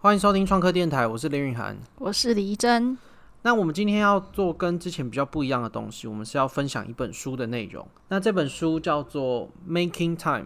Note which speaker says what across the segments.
Speaker 1: 欢迎收听创客电台，我是林允涵。
Speaker 2: 我是黎真，
Speaker 1: 那我们今天要做跟之前比较不一样的东西，我们是要分享一本书的内容。那这本书叫做《Making Time》，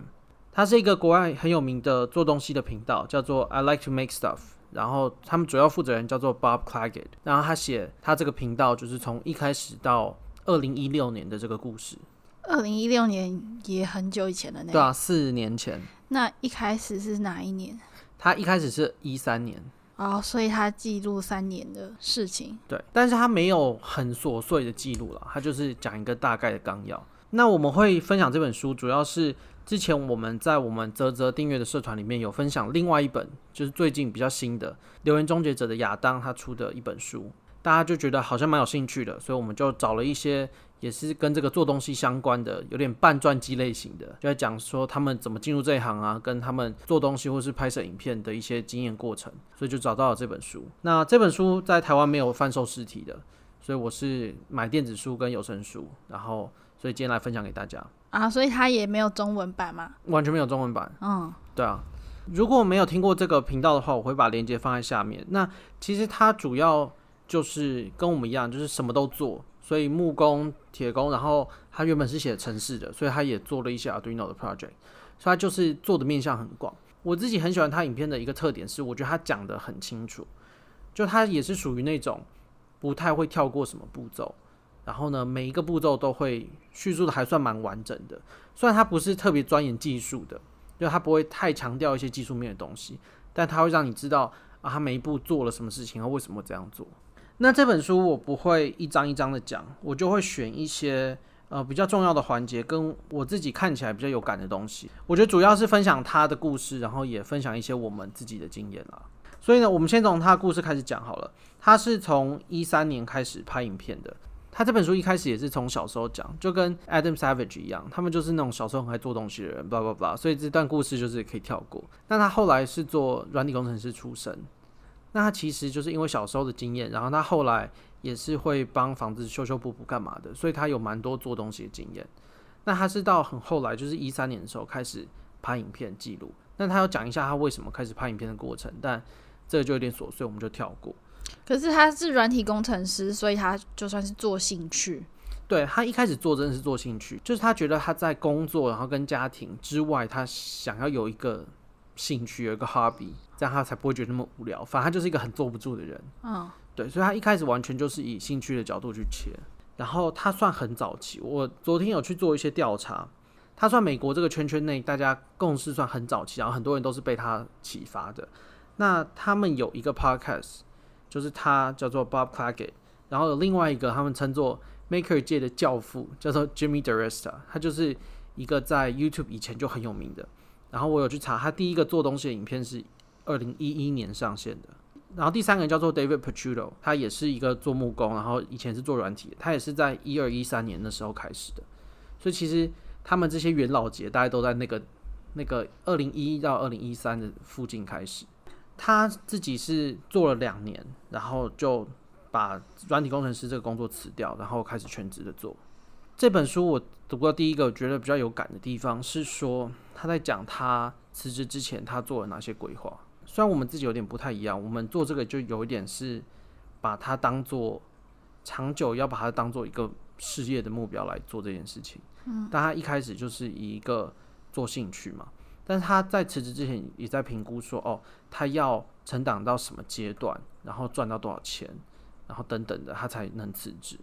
Speaker 1: 它是一个国外很有名的做东西的频道，叫做 I Like to Make Stuff。然后他们主要负责人叫做 Bob Claggett，然后他写他这个频道就是从一开始到二零一六年的这个故事，
Speaker 2: 二零一六年也很久以前了呢。
Speaker 1: 对啊，四年前，
Speaker 2: 那一开始是哪一年？
Speaker 1: 他一开始是一三年，
Speaker 2: 哦，所以他记录三年的事情。
Speaker 1: 对，但是它没有很琐碎的记录了，它就是讲一个大概的纲要。那我们会分享这本书，主要是之前我们在我们泽泽订阅的社团里面有分享另外一本，就是最近比较新的《留言终结者》的亚当他出的一本书，大家就觉得好像蛮有兴趣的，所以我们就找了一些也是跟这个做东西相关的，有点半传记类型的，就在讲说他们怎么进入这一行啊，跟他们做东西或是拍摄影片的一些经验过程，所以就找到了这本书。那这本书在台湾没有贩售实体的，所以我是买电子书跟有声书，然后所以今天来分享给大家，
Speaker 2: 啊，所以他也没有中文版嘛？
Speaker 1: 完全没有中文版。
Speaker 2: 嗯，
Speaker 1: 对啊，如果没有听过这个频道的话，我会把链接放在下面。那其实它主要就是跟我们一样，就是什么都做，所以木工、铁工，然后他原本是写城市的，所以他也做了一些 Arduino 的 project，所以他就是做的面向很广。我自己很喜欢他影片的一个特点是，我觉得他讲的很清楚，就他也是属于那种不太会跳过什么步骤，然后呢，每一个步骤都会叙述的还算蛮完整的。虽然他不是特别钻研技术的，就他不会太强调一些技术面的东西，但他会让你知道啊，他每一步做了什么事情，和为什么这样做。那这本书我不会一章一章的讲，我就会选一些呃比较重要的环节，跟我自己看起来比较有感的东西。我觉得主要是分享他的故事，然后也分享一些我们自己的经验啦。所以呢，我们先从他的故事开始讲好了。他是从一三年开始拍影片的。他这本书一开始也是从小时候讲，就跟 Adam Savage 一样，他们就是那种小时候很爱做东西的人，叭叭叭。所以这段故事就是可以跳过。那他后来是做软体工程师出身，那他其实就是因为小时候的经验，然后他后来也是会帮房子修修补补干嘛的，所以他有蛮多做东西的经验。那他是到很后来，就是一三年的时候开始拍影片记录。那他要讲一下他为什么开始拍影片的过程，但这个就有点琐碎，我们就跳过。
Speaker 2: 可是他是软体工程师，所以他就算是做兴趣。
Speaker 1: 对他一开始做真的是做兴趣，就是他觉得他在工作，然后跟家庭之外，他想要有一个兴趣，有一个 hobby，这样他才不会觉得那么无聊。反正他就是一个很坐不住的人，
Speaker 2: 嗯，
Speaker 1: 对，所以他一开始完全就是以兴趣的角度去切。然后他算很早期，我昨天有去做一些调查，他算美国这个圈圈内大家共识算很早期，然后很多人都是被他启发的。那他们有一个 podcast，就是他叫做 Bob Claggett，然后有另外一个他们称作 Maker 界的教父，叫做 Jimmy Diresta，他就是一个在 YouTube 以前就很有名的。然后我有去查，他第一个做东西的影片是二零一一年上线的。然后第三个人叫做 David Pachuto，他也是一个做木工，然后以前是做软体的，他也是在一二一三年的时候开始的。所以其实他们这些元老级，大家都在那个那个二零一到二零一三的附近开始。他自己是做了两年，然后就把软体工程师这个工作辞掉，然后开始全职的做。这本书我读到第一个觉得比较有感的地方是说，他在讲他辞职之前他做了哪些规划。虽然我们自己有点不太一样，我们做这个就有一点是把它当做长久要把它当做一个事业的目标来做这件事情。嗯，但他一开始就是以一个做兴趣嘛，但是他在辞职之前也在评估说，哦，他要成长到什么阶段，然后赚到多少钱，然后等等的，他才能辞职。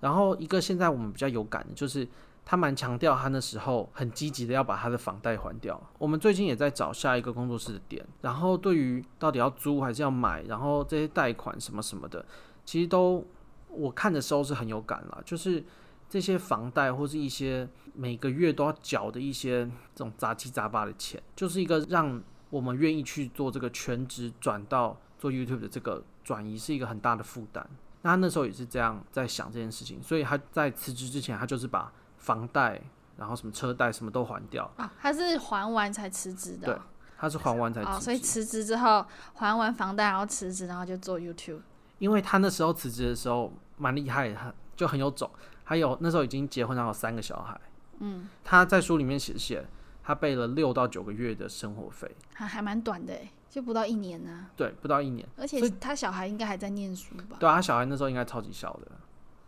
Speaker 1: 然后一个现在我们比较有感的就是，他蛮强调他那时候很积极的要把他的房贷还掉。我们最近也在找下一个工作室的点，然后对于到底要租还是要买，然后这些贷款什么什么的，其实都我看的时候是很有感啦，就是。这些房贷或是一些每个月都要缴的一些这种杂七杂八的钱，就是一个让我们愿意去做这个全职转到做 YouTube 的这个转移是一个很大的负担。那他那时候也是这样在想这件事情，所以他在辞职之前，他就是把房贷，然后什么车贷什么都还掉，
Speaker 2: 啊，他是还完才辞职的哦。
Speaker 1: 他是还完才辞职。
Speaker 2: 哦，所以辞职之后还完房贷，然后辞职，然后就做 YouTube。
Speaker 1: 因为他那时候辞职的时候蛮厉害的，他就很有种。还有那时候已经结婚，然后有三个小孩。嗯，他在书里面写写，他备了六到九个月的生活费。
Speaker 2: 还还蛮短的诶，欸就不到一年呢、
Speaker 1: 对，不到一年。
Speaker 2: 而
Speaker 1: 所
Speaker 2: 且
Speaker 1: 以
Speaker 2: 他小孩应该还在念书吧？
Speaker 1: 对啊，他小孩那时候应该超级小的，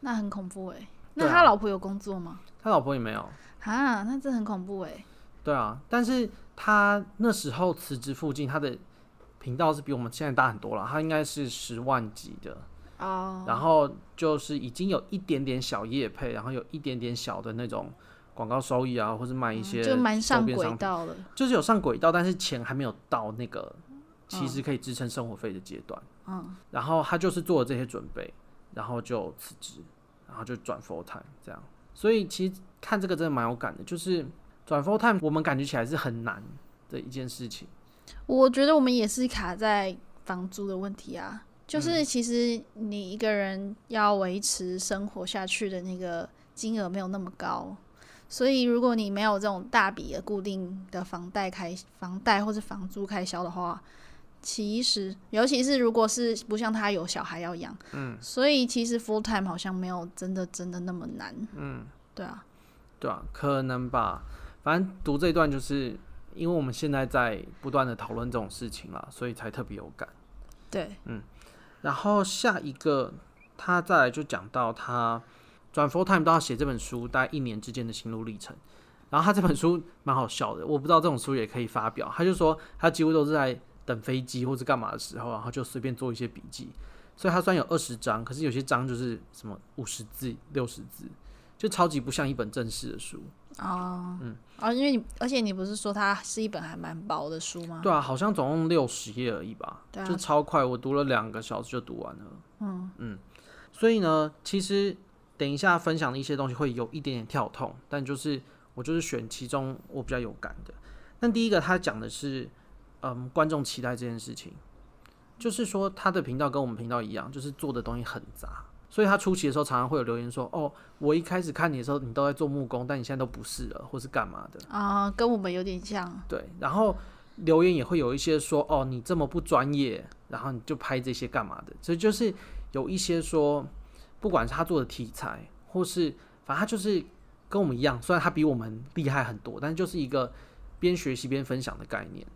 Speaker 2: 那很恐怖哎、
Speaker 1: 对
Speaker 2: 那
Speaker 1: 啊
Speaker 2: 他老婆有工作吗？
Speaker 1: 他老婆也没有。
Speaker 2: 啊，那真的很恐怖哎、
Speaker 1: 对啊，但是他那时候辞职附近，他的频道是比我们现在大很多了，他应该是十万级的，
Speaker 2: 哦，
Speaker 1: 然后就是已经有一点点小业配，然后有一点点小的那种广告收益啊，或是卖一些
Speaker 2: 嗯就蛮
Speaker 1: 周
Speaker 2: 上
Speaker 1: 边商
Speaker 2: 轨
Speaker 1: 品，
Speaker 2: 道了。
Speaker 1: 就是有上轨道，但是钱还没有到那个其实可以支撑生活费的阶段。
Speaker 2: 嗯，
Speaker 1: 然后他就是做了这些准备，然后就辞职，然后就转 full time 这样。所以其实看这个真的蛮有感的，就是转 full time 我们感觉起来是很难的一件事情。
Speaker 2: 我觉得我们也是卡在房租的问题啊，就是其实你一个人要维持生活下去的那个金额没有那么高，所以如果你没有这种大笔的固定的房贷开房贷或是房租开销的话，其实尤其是如果是不像他有小孩要养，嗯，所以其实 full time 好像没有真的真的那么难，嗯，对啊，
Speaker 1: 对啊，可能吧。反正读这一段就是因为我们现在在不断的讨论这种事情啦，所以才特别有感。
Speaker 2: 对，
Speaker 1: 然后下一个，他再来就讲到他转 full time 到他写这本书大概一年之间的心路历程。然后他这本书蛮好笑的，我不知道这种书也可以发表。他就说他几乎都是在等飞机或是干嘛的时候，然后就随便做一些笔记。所以他虽然有二十章，可是有些章就是什么五十字、六十字，就超级不像一本正式的书。
Speaker 2: 哦，嗯，哦，因为你而且你不是说它是一本还蛮薄的书吗？
Speaker 1: 对啊，好像总共六十页而已吧，
Speaker 2: 对啊
Speaker 1: 就超快，我读了两个小时就读完了。嗯嗯，所以呢，其实等一下分享的一些东西会有一点点跳痛，但就是我就是选其中我比较有感的。那第一个他讲的是，嗯，观众期待这件事情，就是说他的频道跟我们频道一样，就是做的东西很杂。所以他初期的时候，常常会有留言说：“哦，我一开始看你的时候，你都在做木工，但你现在都不是了，或是干嘛的。”
Speaker 2: 啊、跟我们有点像，
Speaker 1: 对，然后留言也会有一些说，哦，你这么不专业，然后你就拍这些干嘛的？所以就是有一些说，不管是他做的题材，或是反正他就是跟我们一样，虽然他比我们厉害很多，但就是一个边学习边分享的概念。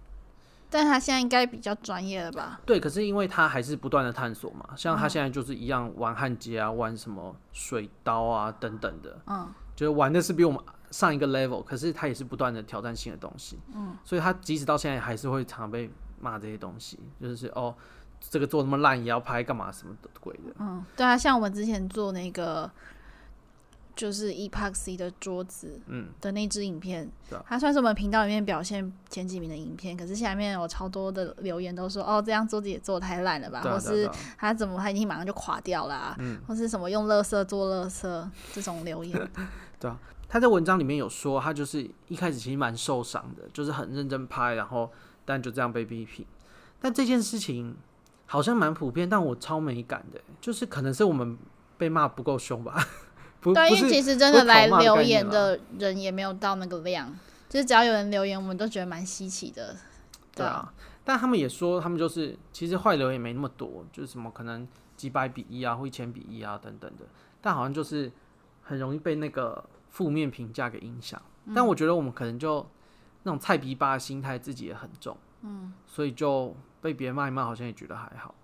Speaker 2: 但他现在应该比较专业了吧？
Speaker 1: 对，可是因为他还是不断的探索嘛，像
Speaker 2: 嗯
Speaker 1: 他现在就是一样玩焊接啊，玩什么水刀啊等等的，
Speaker 2: 嗯，
Speaker 1: 就是玩的是比我们上一个 level，可是他也是不断的挑战新的东西，嗯，所以他即使到现在还是会常被骂这些东西，就是哦，这个做那么烂也要拍干嘛什么的鬼的，
Speaker 2: 嗯，对啊，像我们之前做那个就是 epoxy 的桌子，
Speaker 1: 嗯，
Speaker 2: 的那支影片，
Speaker 1: 对啊
Speaker 2: 它算是我们频道里面表现前几名的影片，可是下面有超多的留言都说，哦，这样桌子也做得太烂了吧，
Speaker 1: 对啊
Speaker 2: 或
Speaker 1: 对
Speaker 2: 是
Speaker 1: 啊嗯
Speaker 2: 它怎么它已经马上就垮掉啦、或是什么用垃圾做垃圾这种留言，
Speaker 1: 他在文章里面有说，他就是一开始其实蛮受伤的，就是很认真拍，然后但就这样被批评。但这件事情好像蛮普遍，但我超没感的，就是可能是我们被骂不够凶吧，不
Speaker 2: 对啊，
Speaker 1: 不
Speaker 2: 因为
Speaker 1: 是
Speaker 2: 其实真
Speaker 1: 不
Speaker 2: 的
Speaker 1: 是
Speaker 2: 来
Speaker 1: 讨骂的
Speaker 2: 留
Speaker 1: 概
Speaker 2: 言
Speaker 1: 念啦
Speaker 2: 的人也没有到那个量，就是只要有人留言，我们都觉得蛮稀奇的。
Speaker 1: 对啊，但他们也说，他们就是其实坏流也没那么多，就是什么可能几百比一啊，或一千比一啊等等的，但好像就是很容易被那个负面评价给影响。但我觉得我们可能就那种菜逼吧的心态自己也很重，嗯，所以就被别人骂一骂，好像也觉得还好。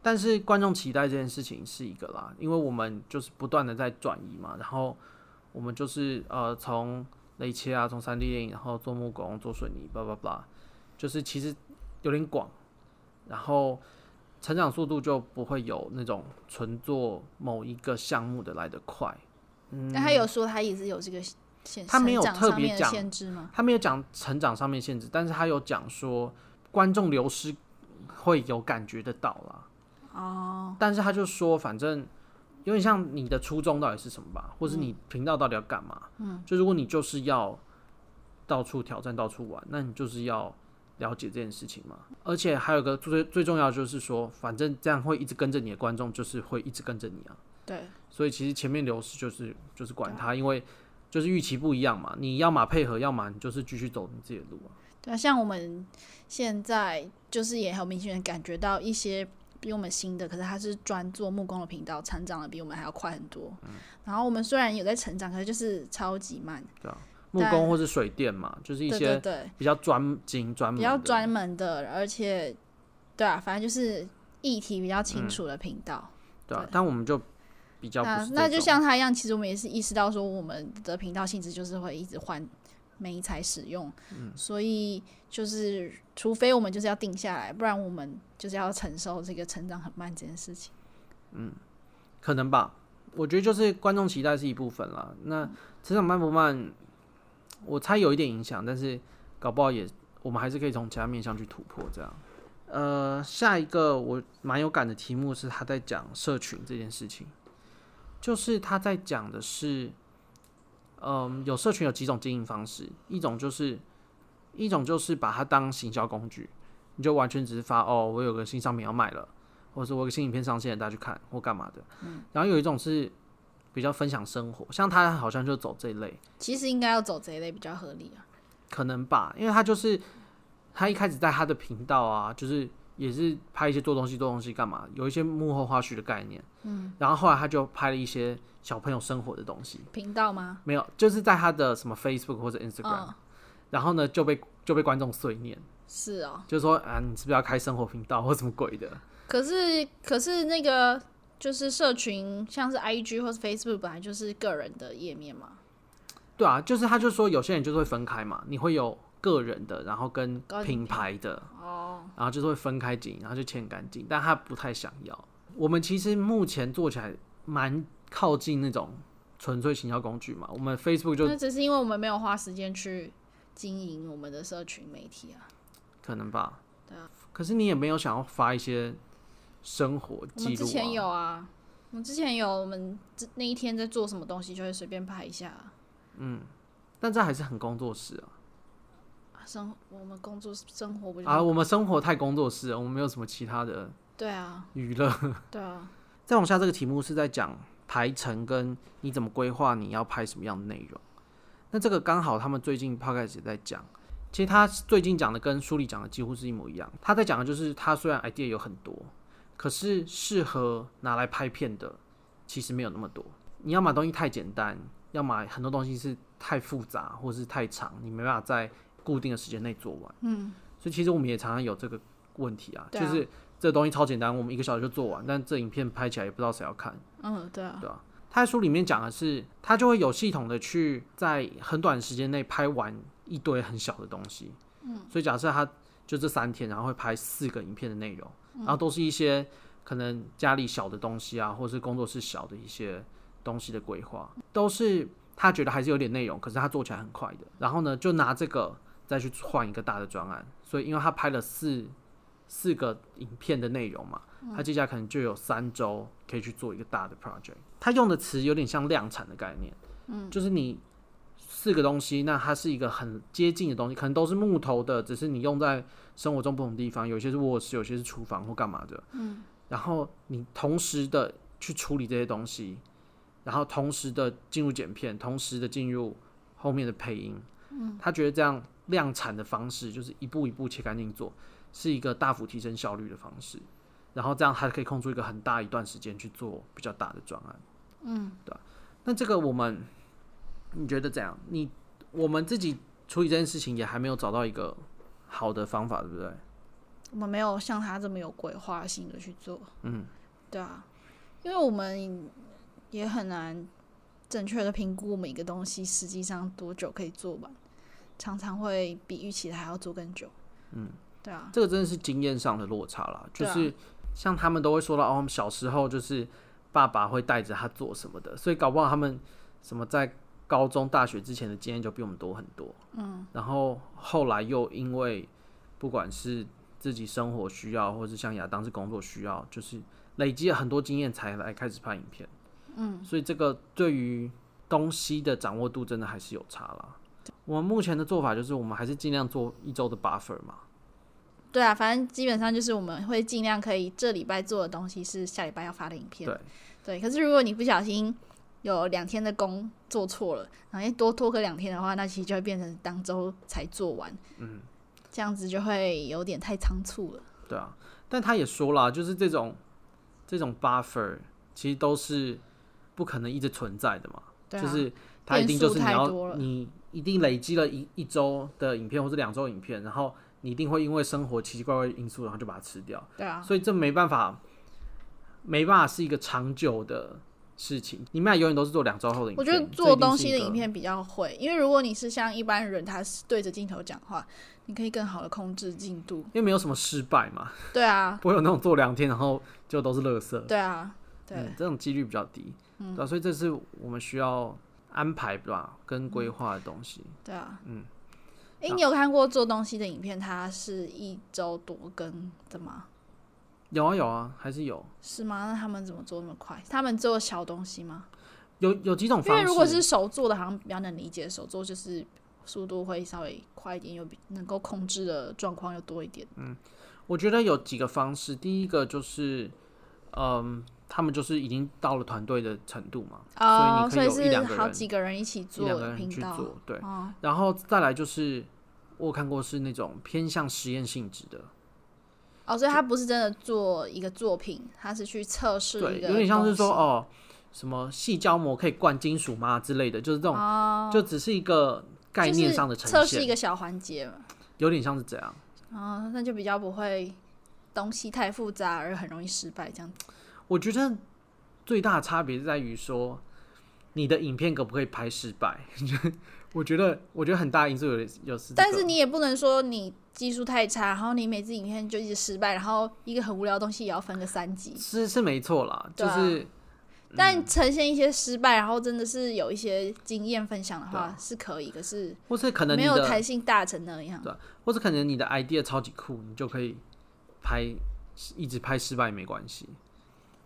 Speaker 1: 但是观众期待这件事情是一个啦，因为我们就是不断的在转移嘛，然后我们就是呃从雷切啊，从三 D 电影，然后做木工、做水泥，叭叭叭，就是其实有点广，然后成长速度就不会有那种纯做某一个项目的来得快。
Speaker 2: 但他有说他也是有这个限，
Speaker 1: 啊嗯他没有
Speaker 2: 成长
Speaker 1: 特
Speaker 2: 上
Speaker 1: 别
Speaker 2: 面的
Speaker 1: 讲
Speaker 2: 限制吗？
Speaker 1: 他没有讲成长上面限制，但是他有讲说观众流失会有感觉得到啦。哦，但是他就说，反正有点像你的初衷到底是什么吧，或是你频道到底要干嘛？嗯，就如果你就是要到处挑战、到处玩，那你就是要了解这件事情嘛。而且还有一个最最重要的就是说，反正这样会一直跟着你的观众，就是会一直跟着你啊。
Speaker 2: 对，
Speaker 1: 所以其实前面流失就是就是管它，因为就是预期不一样嘛，你要么配合，要么你就是继续走你自己的路啊。
Speaker 2: 对啊，像我们现在就是也很明显地感觉到一些比我们新的，可是他是专做木工的频道，成长的比我们还要快很多。
Speaker 1: 嗯
Speaker 2: 然后我们虽然有在成长，可是就是超级慢。
Speaker 1: 木
Speaker 2: 对
Speaker 1: 工或是水电嘛，就是一
Speaker 2: 对对
Speaker 1: 些
Speaker 2: 对，
Speaker 1: 比较专精专
Speaker 2: 比
Speaker 1: 门的，
Speaker 2: 较专门的，而且对啊，反正就是议题比较清楚的频道。
Speaker 1: 对啊，但我们就比较不
Speaker 2: 那
Speaker 1: 是这
Speaker 2: 啊那就
Speaker 1: 种
Speaker 2: 像他一样，其实我们也是意识到说，我们的频道性质就是会一直换媒材使用，
Speaker 1: 嗯
Speaker 2: 所以就是除非我们就是要定下来，不然我们就是要承受这个成长很慢这件事情。
Speaker 1: 可能吧。我觉得就是观众期待是一部分啦。那成长慢不慢，我猜有一点影响，但是搞不好也我们还是可以从其他面向去突破这样。呃，下一个我蛮有感的题目是他在讲社群这件事情，就是他在讲的是，嗯，有社群有几种经营方式，一种就是一种就是把它当行销工具，你就完全只是发哦，我有个新商品要卖了，或者是我有个新影片上线，大家去看或干嘛的。然后有一种是比较分享生活，像他好像就走这一类，
Speaker 2: 其实应该要走这一类比较合理啊。
Speaker 1: 可能吧，因为他就是他一开始在他的频道啊，就是也是拍一些做东西、做东西干嘛，有一些幕后花絮的概念。嗯，然后后来他就拍了一些小朋友生活的东西，
Speaker 2: 频道吗？
Speaker 1: 没有，就是在他的什么 Facebook 或者 Instagram，、
Speaker 2: 嗯，
Speaker 1: 然后呢就被就被观众碎念，
Speaker 2: 是哦。
Speaker 1: 就说啊，你是不是要开生活频道或什么鬼的？
Speaker 2: 可是可是那个就是社群，像是 IG 或是 Facebook 本来就是个人的页面嘛，
Speaker 1: 对啊，就是他就说有些人就是会分开嘛，你会有个人的，然后跟
Speaker 2: 跟
Speaker 1: 品牌的哦，然后就是会分开经营，然后就欠干净，但他不太想要。我们其实目前做起来蛮靠近那种纯粹行销工具嘛，我们 Facebook 就
Speaker 2: 那只是因为我们没有花时间去经营我们的社群媒体啊，
Speaker 1: 可能吧，
Speaker 2: 嗯
Speaker 1: 可是你也没有想要发一些生活
Speaker 2: 我
Speaker 1: 记
Speaker 2: 们
Speaker 1: 录
Speaker 2: 之前
Speaker 1: 啊，
Speaker 2: 有啊。我们之前有，我们之那一天在做什么东西，就会随便拍一下啊、
Speaker 1: 但这还是很工作室啊。
Speaker 2: 啊生活我们工作生活不就是、
Speaker 1: 啊，我们生活太工作室了，我们没有什么其他的
Speaker 2: 对啊，
Speaker 1: 娱乐。
Speaker 2: 对啊，
Speaker 1: 再往下这个题目是在讲排程跟你怎么规划你要拍什么样的内容。那这个刚好他们最近 podcast 也在讲，其实他最近讲的跟书里讲的几乎是一模一样。他在讲的就是他虽然 idea 有很多，可是适合拿来拍片的其实没有那么多。你要买东西太简单，要买很多东西是太复杂或是太长，你没办法在固定的时间内做完。嗯，所以其实我们也常常有这个问题啊，
Speaker 2: 对
Speaker 1: 就
Speaker 2: 啊
Speaker 1: 是这东西超简单，我们一个小时就做完，但这影片拍起来也不知道谁要看。
Speaker 2: 嗯，对啊，
Speaker 1: 他在书里面讲的是，他就会有系统的去在很短时间内拍完一堆很小的东西。嗯，所以假设他就这三天，然后会拍四个影片的内容，然后都是一些可能家里小的东西啊，或是工作室小的一些东西的规划，都是他觉得还是有点内容，可是他做起来很快的。然后呢，就拿这个再去换一个大的专案，所以因为他拍了四四个影片的内容嘛，他接下来可能就有三周可以去做一个大的 project。他用的词有点像量产的概念，嗯，就是你四个东西，那它是一个很接近的东西，可能都是木头的，只是你用在生活中不同地方，有些是卧室，有些是厨房或干嘛的，嗯，然后你同时的去处理这些东西，然后同时的进入剪片，同时的进入后面的配音，嗯，他觉得这样量产的方式就是一步一步切干净做，是一个大幅提升效率的方式。然后这样还可以空出一个很大一段时间去做比较大的专案。嗯，对啊。那这个我们你觉得怎样？你我们自己处理这件事情也还没有找到一个好的方法，对不对？
Speaker 2: 我们没有像他这么有规划性的去做。嗯，对啊，因为我们也很难正确的评估每个东西实际上多久可以做完，常常会比预期的还要做更久。嗯，对啊，
Speaker 1: 这个真的是经验上的落差啦，就
Speaker 2: 对啊
Speaker 1: 是像他们都会说到哦，我们小时候就是爸爸会带着他做什么的，所以搞不好他们什么在高中、大学之前的经验就比我们多很多。嗯，然后后来又因为不管是自己生活需要，或是像亚当是工作需要，就是累积了很多经验才来开始拍影片。嗯，所以这个对于东西的掌握度真的还是有差啦。我们目前的做法就是，我们还是尽量做一周的 buffer 嘛，
Speaker 2: 对啊，反正基本上就是我们会尽量可以这礼拜做的东西是下礼拜要发的影片。
Speaker 1: 对。
Speaker 2: 对，可是如果你不小心有两天的工做错了，然后又多拖个两天的话，那其实就会变成当周才做完。嗯，这样子就会有点太仓促了。
Speaker 1: 对啊，但他也说了，就是这种这种 buffer 其实都是不可能一直存在的嘛，
Speaker 2: 对啊，
Speaker 1: 就是它一定
Speaker 2: 变
Speaker 1: 就
Speaker 2: 数
Speaker 1: 是你
Speaker 2: 太
Speaker 1: 要
Speaker 2: 多了
Speaker 1: 你一定累积了一一周的影片或者两周影片，然后你一定会因为生活奇奇怪怪的因素，然后就把它吃掉。
Speaker 2: 对啊，
Speaker 1: 所以这没办法，没办法是一个长久的事情。你卖永远都是做两周后的影
Speaker 2: 我
Speaker 1: 片。
Speaker 2: 觉得
Speaker 1: 这
Speaker 2: 做
Speaker 1: 一定
Speaker 2: 东
Speaker 1: 是
Speaker 2: 西
Speaker 1: 一
Speaker 2: 的
Speaker 1: 个
Speaker 2: 影，片比较会，因为如果你是像一般人，他是对着镜头讲话，你可以更好的控制进度。
Speaker 1: 因为没有什么失败嘛，
Speaker 2: 对啊，
Speaker 1: 不会有那种做两天然后就都是垃圾。
Speaker 2: 对啊，对，
Speaker 1: 嗯，这种几率比较低，嗯、对啊、所以这是我们需要安排吧，跟规划的东西。
Speaker 2: 对啊，
Speaker 1: 嗯。
Speaker 2: 哎、你有看过做东西的影片，它是一周多更的吗？
Speaker 1: 有啊有啊，还是有，
Speaker 2: 是吗？那他们怎么做那么快？他们做小东西吗？
Speaker 1: 有有几种
Speaker 2: 因
Speaker 1: 方
Speaker 2: 为
Speaker 1: 式。
Speaker 2: 如果是手做的，好像比较能理解，手做就是速度会稍微快一点，又比能够控制的状况又多一点。
Speaker 1: 我觉得有几个方式，第一个就是，嗯，他们就是已经到了团队的程度嘛，
Speaker 2: 哦，
Speaker 1: 所以你可以有一
Speaker 2: 是
Speaker 1: 两个
Speaker 2: 好
Speaker 1: 人
Speaker 2: 几个人一起
Speaker 1: 一两个
Speaker 2: 做
Speaker 1: 人
Speaker 2: 频
Speaker 1: 去
Speaker 2: 道。
Speaker 1: 做，对。
Speaker 2: 哦，
Speaker 1: 然后再来就是，我有看过是那种偏向实验性质的，
Speaker 2: 哦，所以他不是真的做一个作品，他是去测试
Speaker 1: 对，
Speaker 2: 一个，
Speaker 1: 有点像是说，哦，什么细胶膜可以灌金属吗之类的，就是这种，
Speaker 2: 哦，
Speaker 1: 就只是一个概
Speaker 2: 就是
Speaker 1: 念上的呈
Speaker 2: 测试一
Speaker 1: 现，
Speaker 2: 个小环节嘛。
Speaker 1: 有点像是这样。
Speaker 2: 哦，那就比较不会东西太复杂而很容易失败这样子。
Speaker 1: 我觉得最大的差别是在于说，你的影片可不可以拍失败？ 我觉得，我觉得很大因素有有是、这个，
Speaker 2: 但是你也不能说你技术太差，然后你每次影片就一直失败，然后一个很无聊的东西也要分个三集。
Speaker 1: 是是没错啦，
Speaker 2: 对
Speaker 1: 就
Speaker 2: 啊
Speaker 1: 是嗯
Speaker 2: 但呈现一些失败，然后真的是有一些经验分享的
Speaker 1: 对
Speaker 2: 话是可以，可是
Speaker 1: 或是可能
Speaker 2: 没
Speaker 1: 你
Speaker 2: 有
Speaker 1: 的，啊
Speaker 2: 弹性大成那样。
Speaker 1: 或是可能你的 idea 超级酷，你就可以拍一直拍失败也没关系。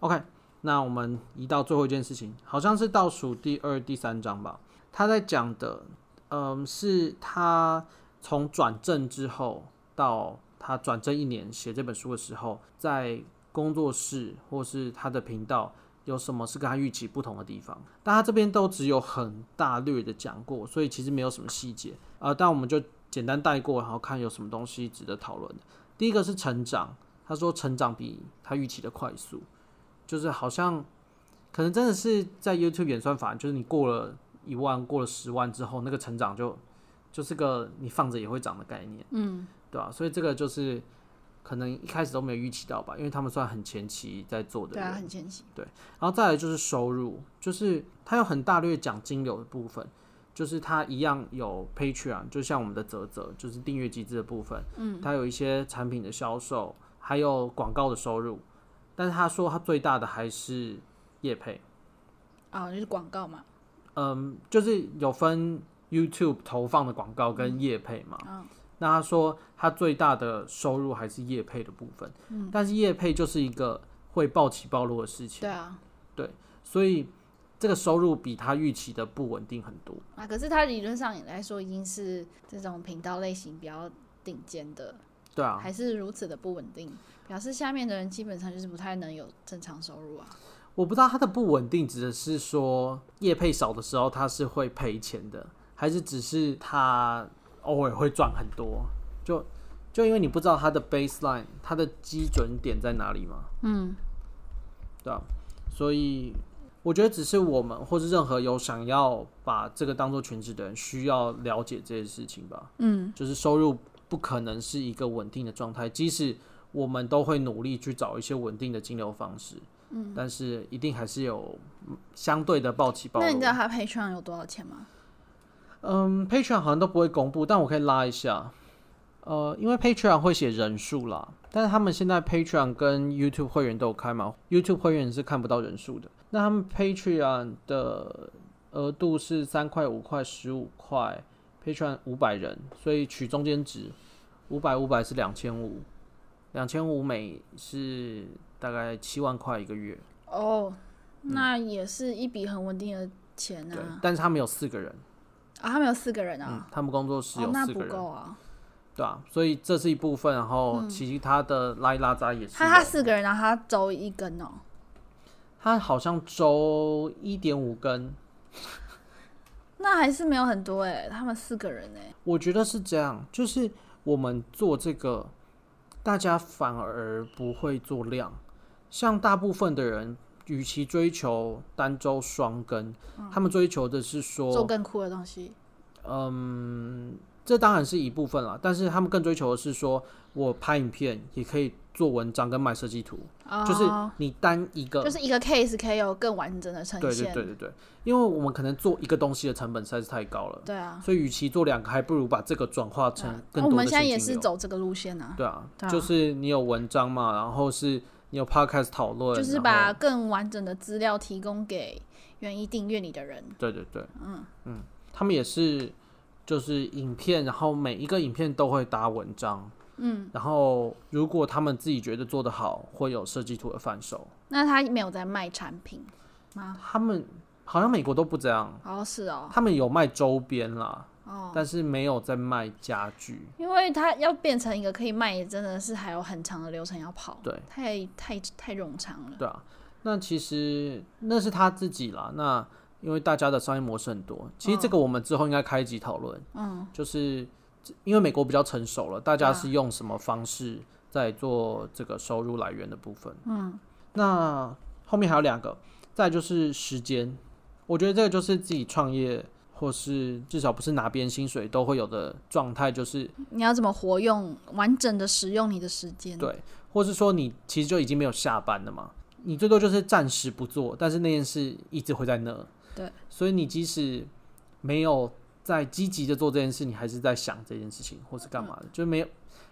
Speaker 1: OK，那我们移到最后一件事情，好像是倒数第二、第三章吧。他在讲的，嗯，是他从转正之后到他转正一年写这本书的时候，在工作室或是他的频道有什么是跟他预期不同的地方。但他这边都只有很大略的讲过，所以其实没有什么细节。呃，但我们就简单带过，然后看有什么东西值得讨论的。第一个是成长，他说成长比他预期的快速，就是好像可能真的是在 YouTube 演算法，就是你过了一万、过了十万之后，那个成长就就是个你放着也会长的概念，
Speaker 2: 嗯，
Speaker 1: 对吧、所以这个就是可能一开始都没有预期到吧，因为他们算很前期在做的
Speaker 2: 对
Speaker 1: 人
Speaker 2: 啊，很前期。
Speaker 1: 然后再来就是收入，就是它有很大略讲金流的部分，就是它一样有 Patreon，就像我们的泽泽，就是订阅机制的部分，嗯，它有一些产品的销售，还有广告的收入，但是他说他最大的还是业配，
Speaker 2: 啊、就是广告嘛，
Speaker 1: 嗯，就是有分 YouTube 投放的广告跟业配嘛，那他说他最大的收入还是业配的部分，嗯，但是业配就是一个会暴起暴落的事情，
Speaker 2: 对啊，
Speaker 1: 所以这个收入比他预期的不稳定很多。
Speaker 2: 啊，可是它理论上来说已经是这种频道类型比较顶尖的，
Speaker 1: 对啊，
Speaker 2: 还是如此的不稳定，表示下面的人基本上就是不太能有正常收入啊。
Speaker 1: 我不知道他的不稳定指的是说业配少的时候他是会赔钱的，还是只是他偶尔会赚很多？就就因为你不知道他的 baseline，他的基准点在哪里嘛？
Speaker 2: 嗯，
Speaker 1: 对啊，所以我觉得只是我们或是任何有想要把这个当做全职的人，需要了解这些事情吧。嗯，就是收入不可能是一个稳定的状态，即使我们都会努力去找一些稳定的金流方式，嗯，但是一定还是有嗯相对的暴起暴
Speaker 2: 那你知
Speaker 1: 落。
Speaker 2: 道他 Patreon 有多少钱吗？
Speaker 1: 嗯，Patreon 好像都不会公布，但我可以拉一下。呃，因为 Patreon 会写人数啦，但是他们现在 Patreon 跟 YouTube 会员都有开嘛，YouTube 会员是看不到人数的。那他们 Patreon 的额度是三块、五块、十五块，Patreon 五百人，所以取中间值，五百五百是两千五，两千五每是大概七万块一个月。
Speaker 2: 哦，那也是一笔很稳定的钱
Speaker 1: 嗯对
Speaker 2: 啊。，
Speaker 1: 但是他们有四个人，
Speaker 2: 啊，他们有四个人
Speaker 1: 嗯
Speaker 2: 啊，，
Speaker 1: 他们工作室
Speaker 2: 哦
Speaker 1: 有，
Speaker 2: 那
Speaker 1: 四
Speaker 2: 不
Speaker 1: 个人。
Speaker 2: 够啊。
Speaker 1: 对啊，所以这是一部分，然后其他的拉一拉扎也是有。
Speaker 2: 嗯他他四个人，然后他周一根哦，
Speaker 1: 他好像周一点五根，
Speaker 2: 那还是没有很多哎、他们四个人哎、
Speaker 1: 我觉得是这样，就是我们做这个，大家反而不会做量，像大部分的人，与其追求单周
Speaker 2: 嗯
Speaker 1: 双更，他们追求的是说
Speaker 2: 做更酷的东西。
Speaker 1: 嗯，这当然是一部分啦，但是他们更追求的是说，我拍影片也可以做文章跟卖设计图，就是
Speaker 2: 哦
Speaker 1: 你单一个，
Speaker 2: 就是一个 case 可以有更完整的呈
Speaker 1: 对对
Speaker 2: 现，
Speaker 1: 对对对，因为我们可能做一个东西的成本实在是太高了，
Speaker 2: 对啊，哦
Speaker 1: 所以与其做两个，还不如把这个转化成更多的、
Speaker 2: 我们现在也是，走这个路线啊，
Speaker 1: 对啊，
Speaker 2: 对啊
Speaker 1: 就是你有文章嘛，然后是你有 podcast 讨论，
Speaker 2: 就是
Speaker 1: 然后
Speaker 2: 把更完整的资料提供给愿意订阅你的人。
Speaker 1: 对对对，嗯嗯，他们也是就是影片，然后每一个影片都会打文章，嗯，然后如果他们自己觉得做得好，会有设计图的贩售。
Speaker 2: 那他没有在卖产品吗？
Speaker 1: 他们好像美国都不这样，
Speaker 2: 哦，是啊哦，
Speaker 1: 他们有卖周边啦，
Speaker 2: 哦，
Speaker 1: 但是没有在卖家具。
Speaker 2: 因为他要变成一个可以卖，真的是还有很长的流程要跑，
Speaker 1: 对，
Speaker 2: 太太太冗长了。
Speaker 1: 对啊，那其实那是他自己啦。那因为大家的商业模式很多，其实这个我们之后应该开一集讨论。嗯，啊就是因为美国比较成熟了，大家是用什么方式在做这个收入来源的部分。嗯，那后面还有两个，再来就是时间。我觉得这个就是自己创业，或是至少不是拿别人薪水都会有的状态，就是
Speaker 2: 你要怎么活用完整的使用你的时间？
Speaker 1: 对，或是说你其实就已经没有下班了嘛，你最多就是暂时不做，但是那件事一直会在那。
Speaker 2: 对，
Speaker 1: 所以你即使没有在积极的做这件事，你还是在想这件事情或是干嘛的，
Speaker 2: 嗯
Speaker 1: 就没有，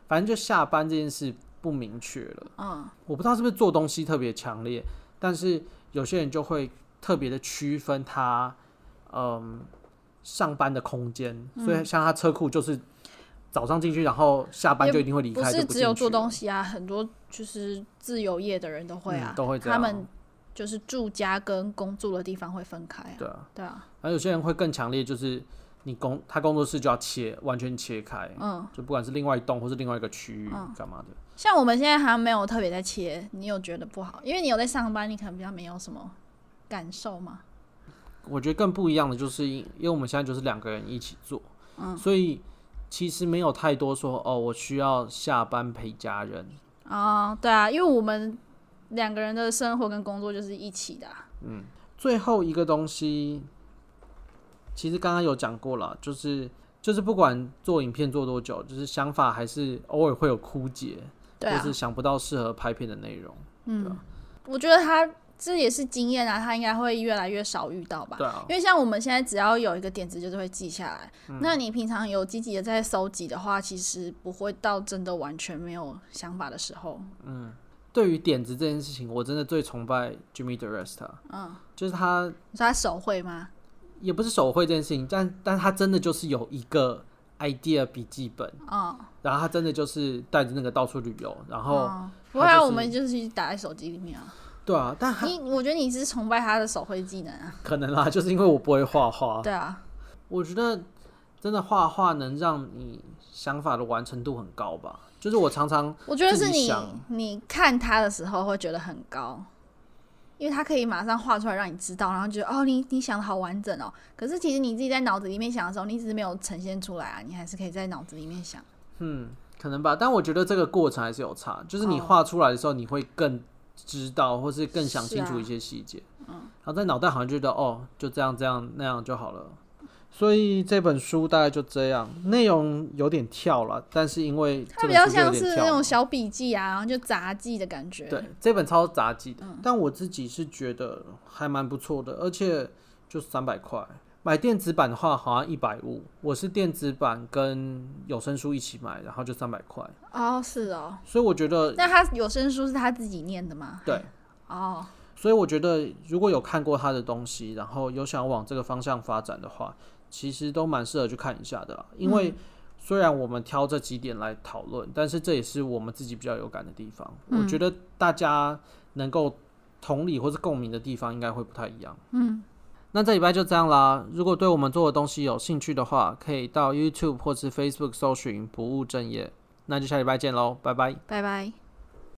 Speaker 1: 反正就下班这件事不明确了。
Speaker 2: 嗯，
Speaker 1: 我不知道是不是做东西特别强烈，但是有些人就会特别的区分他，嗯，上班的空间，所
Speaker 2: 嗯
Speaker 1: 以像他车库就是。早上进去，然后下班
Speaker 2: 也
Speaker 1: 就一定会离开，就
Speaker 2: 是
Speaker 1: 不
Speaker 2: 只有
Speaker 1: 进去了
Speaker 2: 做东西啊，很多就是自由业的人都会啊，
Speaker 1: 嗯都会这
Speaker 2: 他
Speaker 1: 样
Speaker 2: 们就是住家跟工作的地方会分开啊，
Speaker 1: 对啊，
Speaker 2: 对啊，
Speaker 1: 然后有些人会更强烈，就是你工他工作室就要切，完全切开，
Speaker 2: 嗯，
Speaker 1: 就不管是另外一栋或是另外一个区域干嘛的，
Speaker 2: 像我们现在还没有特别在切，你有觉得不好？因为你有在上班，你可能比较没有什么感受嘛。
Speaker 1: 我觉得更不一样的就是因，因为我们现在就是两个人一起做，嗯，所以其实没有太多说哦，我需要下班陪家人，
Speaker 2: 哦，对啊，因为我们两个人的生活跟工作就是一起的啊、
Speaker 1: 最后一个东西，其实刚刚有讲过了，就是就是不管做影片做多久，就是想法还是偶尔会有枯竭，
Speaker 2: 对
Speaker 1: 或
Speaker 2: 啊
Speaker 1: 是，想不到适合拍片的内容，
Speaker 2: 我觉得他这也是经验啊，他应该会越来越少遇到吧。
Speaker 1: 对啊，
Speaker 2: 因为像我们现在只要有一个点子，就是会记下来。
Speaker 1: 嗯
Speaker 2: 那你平常有积极的在搜集的话，其实不会到真的完全没有想法的时候。
Speaker 1: 对于点子这件事情，我真的最崇拜 Jimmy Duresta。嗯，就是他
Speaker 2: 你说他手绘吗？
Speaker 1: 也不是手绘这件事情，但但他真的就是有一个 idea 笔记本，
Speaker 2: 嗯，
Speaker 1: 然后他真的就是带着那个到处旅游，然后、
Speaker 2: 嗯
Speaker 1: 他
Speaker 2: 不会啊，
Speaker 1: 就是
Speaker 2: 我们就是打在手机里面啊。
Speaker 1: 对啊，但他
Speaker 2: 你我觉得你是崇拜他的手绘技能啊，
Speaker 1: 可能啦，就是因为我不会画画，
Speaker 2: 对啊，
Speaker 1: 我觉得真的画画能让你想法的完成度很高吧。就是我常常
Speaker 2: 我觉得
Speaker 1: 自
Speaker 2: 是
Speaker 1: 己
Speaker 2: 你
Speaker 1: 想
Speaker 2: 你看他的时候会觉得很高，因为他可以马上画出来让你知道，然后觉得哦，你你想的好完整哦。可是其实你自己在脑子里面想的时候，你只是没有呈现出来啊，你还是可以在脑子里面想。
Speaker 1: 嗯，可能吧，但我觉得这个过程还是有差，就是你
Speaker 2: 哦
Speaker 1: 画出来的时候，你会更知道，或是更想清
Speaker 2: 是
Speaker 1: 楚
Speaker 2: 啊
Speaker 1: 一些细节。嗯，然后在脑袋好像觉得哦，就这样这样那样就好了。所以这本书大概就这样，内容有点跳了，但是因为
Speaker 2: 它
Speaker 1: 这
Speaker 2: 比
Speaker 1: 本
Speaker 2: 较
Speaker 1: 书就有
Speaker 2: 像
Speaker 1: 点
Speaker 2: 是
Speaker 1: 跳
Speaker 2: 那种
Speaker 1: 嘛
Speaker 2: 小笔记啊，然后就杂记的感觉。
Speaker 1: 对，这本超杂技的，但我自己是觉得还蛮不错的，而且就三百块。买电子版的话，好像一百五。我是电子版跟有声书一起买，然后就三百块。
Speaker 2: 哦，是哦。
Speaker 1: 所以我觉得，
Speaker 2: 那他有声书是他自己念的吗？
Speaker 1: 对，
Speaker 2: 哦，
Speaker 1: 所以我觉得，如果有看过他的东西，然后有想往这个方向发展的话，其实都蛮适合去看一下的啦。因为虽然我们挑这几点来讨论，但是这也是我们自己比较有感的地方。我觉得大家能够同理或是共鸣的地方，应该会不太一样。嗯。那这礼拜就这样啦。如果对我们做的东西有兴趣的话，可以到 YouTube 或是 Facebook 搜寻“不务正业”。那就下礼拜见喽，拜拜。
Speaker 2: 拜拜。